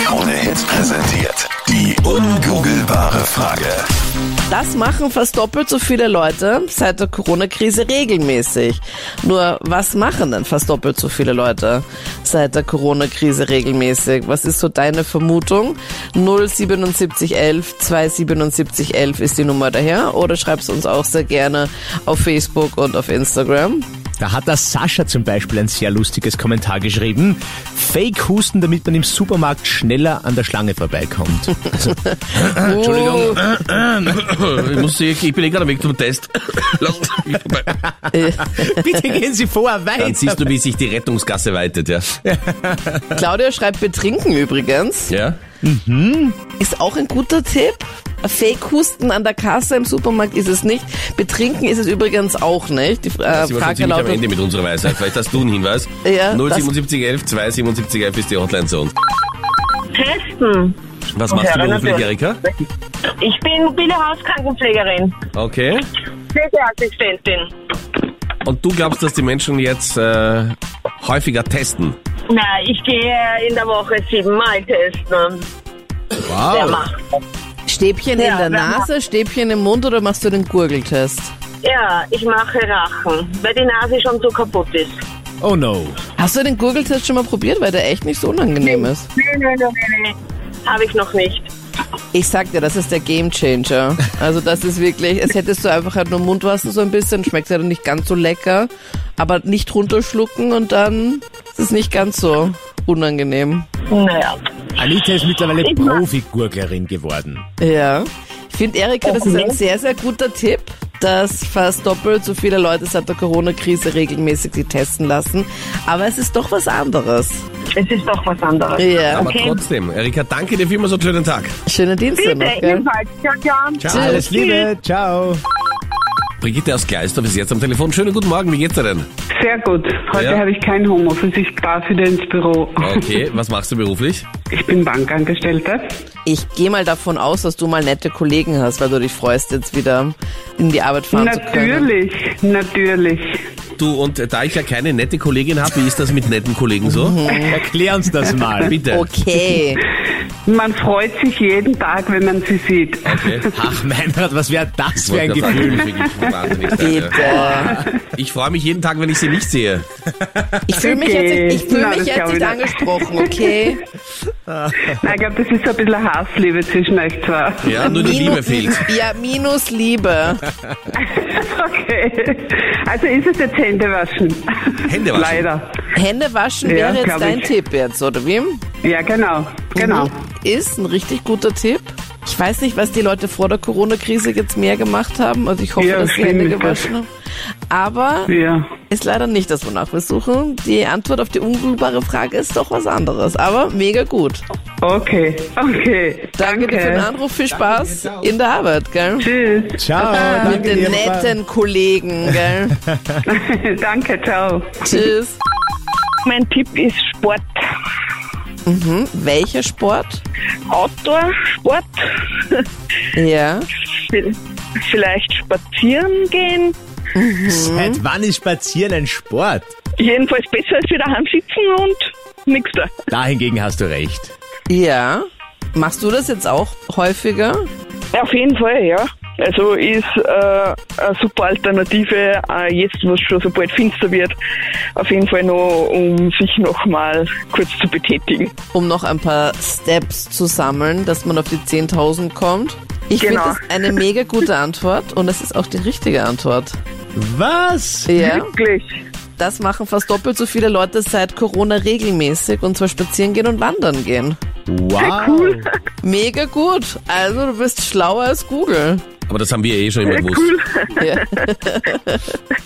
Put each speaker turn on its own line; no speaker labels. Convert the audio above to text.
Krone Hits präsentiert die ungoogelbare Frage.
Das machen fast doppelt so viele Leute seit der Corona-Krise regelmäßig. Nur was machen denn fast doppelt so viele Leute seit der Corona-Krise regelmäßig? Was ist so deine Vermutung? 07711 27711 ist die Nummer daher oder schreib's uns auch sehr gerne auf Facebook und auf Instagram.
Da hat der Sascha zum Beispiel ein sehr lustiges Kommentar geschrieben. Fake husten, damit man im Supermarkt schneller an der Schlange vorbeikommt. Also, Entschuldigung.
Oh,
Ich muss ich, ich bin eh gerade weg zum Test. Lass mich vorbei.
Bitte gehen Sie vor, weiter.
Dann siehst du, wie sich die Rettungsgasse weitet, ja?
Claudia schreibt betrinken übrigens.
Ja?
Ist auch ein guter Tipp. Fake-Husten an der Kasse im Supermarkt ist es nicht. Betrinken ist es übrigens auch nicht. Die äh,
Sie war schon
Frage
ziemlich am
lautet,
Ende mit unserer Weisheit. Vielleicht hast du einen Hinweis.
Ja,
07711 27711 ist die Hotline zu uns.
Testen.
Was machst du
Ja,
beruflich,
natürlich.
Erika?
Ich bin mobile Hauskrankenpflegerin,
Okay.
Pflegeassistentin.
Und du glaubst, dass die Menschen jetzt äh, häufiger testen?
Nein, ich gehe in der Woche siebenmal testen. Wer macht? das?
Stäbchen
Ja,
in der
wenn man-
Nase, Stäbchen im Mund oder machst du den Gurgeltest?
Ja, ich mache Rachen, weil die Nase schon so kaputt ist.
Oh no.
Hast du den Gurgeltest schon mal probiert, weil der echt nicht so unangenehm ist?
Nein, nein, nein, nein, nein. Habe ich noch nicht.
Ich sag dir, das ist der Gamechanger. Also das ist wirklich, es hättest du einfach halt nur Mundwasser so ein bisschen, schmeckt ja dann nicht ganz so lecker, aber nicht runterschlucken und dann ist es nicht ganz so unangenehm.
Naja.
Anita ist mittlerweile
Ich mach-
Profi-Gurglerin geworden.
Ja. Ich finde, Erika, das ist ein sehr, sehr guter Tipp, dass fast doppelt so viele Leute seit der Corona-Krise regelmäßig die testen lassen. Aber es ist doch was anderes.
Es ist doch was anderes.
Ja.
Aber
Okay.
trotzdem, Erika, danke dir vielmals und schönen Tag.
Schönen Dienstag
Bitte,
noch, gell?
ebenfalls. Ciao, ciao.
Ciao, alles Liebe. Ciao.
Brigitte aus Gleisdorf ist jetzt am Telefon. Schönen guten Morgen, wie geht's dir denn?
Sehr gut. Heute
Ja.
habe ich kein Homeoffice. Ich darf wieder ins Büro.
Okay, was machst du beruflich?
Ich bin Bankangestellte.
Ich gehe mal davon aus, dass du mal nette Kollegen hast, weil du dich freust, jetzt wieder in die Arbeit fahren zu können.
natürlich, natürlich.
Du, und äh, da ich ja keine nette Kollegin habe, wie ist das mit netten Kollegen so?
Mhm. Erklär uns das mal.
Bitte.
Okay.
Man freut sich jeden Tag, wenn man sie sieht.
Okay.
Ach mein Gott, was wäre das für ein
Wollte gerade
Gefühl?
sagen, das ist wirklich wahnsinnig sein, ja.
Bitte.
Ich freue mich jeden Tag, wenn ich sie nicht sehe.
Ich fühle mich jetzt nicht, ich fühl
Na,
mich
das
jetzt
glaub ich
nicht
nicht.
angesprochen, okay?
Nein, ich glaube, das ist so ein bisschen Hassliebe zwischen euch zwei.
Ja, Ah, nur die Liebe fehlt.
Ja, minus Liebe.
Okay. Also ist es jetzt Händewaschen.
Händewaschen.
Leider.
Hände waschen
Ja,
wäre jetzt
glaub
dein
ich.
Tipp jetzt, oder wie?
Ja, genau. Genau.
Ist ein richtig guter Tipp. Ich weiß nicht, was die Leute vor der Corona-Krise jetzt mehr gemacht haben. Also ich hoffe,
Ja,
dass sie
schlimm
Hände
ist das.
gewaschen haben. Aber
Mhm.
Ja.
ist leider nicht das, wonach wir suchen. Die Antwort auf die ungooglebare Frage ist doch was anderes. Aber mega gut.
Okay. Okay.
Danke, dir für den Anruf. Viel Spaß in der Arbeit, gell?
Tschüss.
Ciao.
Mit den netten Kollegen, gell?
Danke, ciao.
Tschüss.
Mein Tipp ist Sport.
Welcher Sport?
Outdoor-Sport.
Ja.
Vielleicht spazieren gehen.
Seit wann ist Spazieren ein Sport?
Jedenfalls besser als wieder heimsitzen und nix da.
Dahingegen hast du recht.
Ja. Machst du das jetzt auch häufiger?
Auf jeden Fall, ja. Also ist äh, eine super Alternative, äh, jetzt, wo es schon so bald finster wird, auf jeden Fall noch, um sich nochmal kurz zu betätigen.
um noch ein paar Steps zu sammeln, dass man auf die 10.000 kommt. Ich
Genau.
finde das eine mega gute Antwort und es ist auch die richtige Antwort.
Was?
Ja,
Mhm.
Wirklich.
das machen fast doppelt so viele Leute seit Corona regelmäßig und zwar spazieren gehen und wandern gehen.
Wow.
Mega gut. Also du bist schlauer als Google.
Aber das haben wir eh schon immer gewusst.
Ja.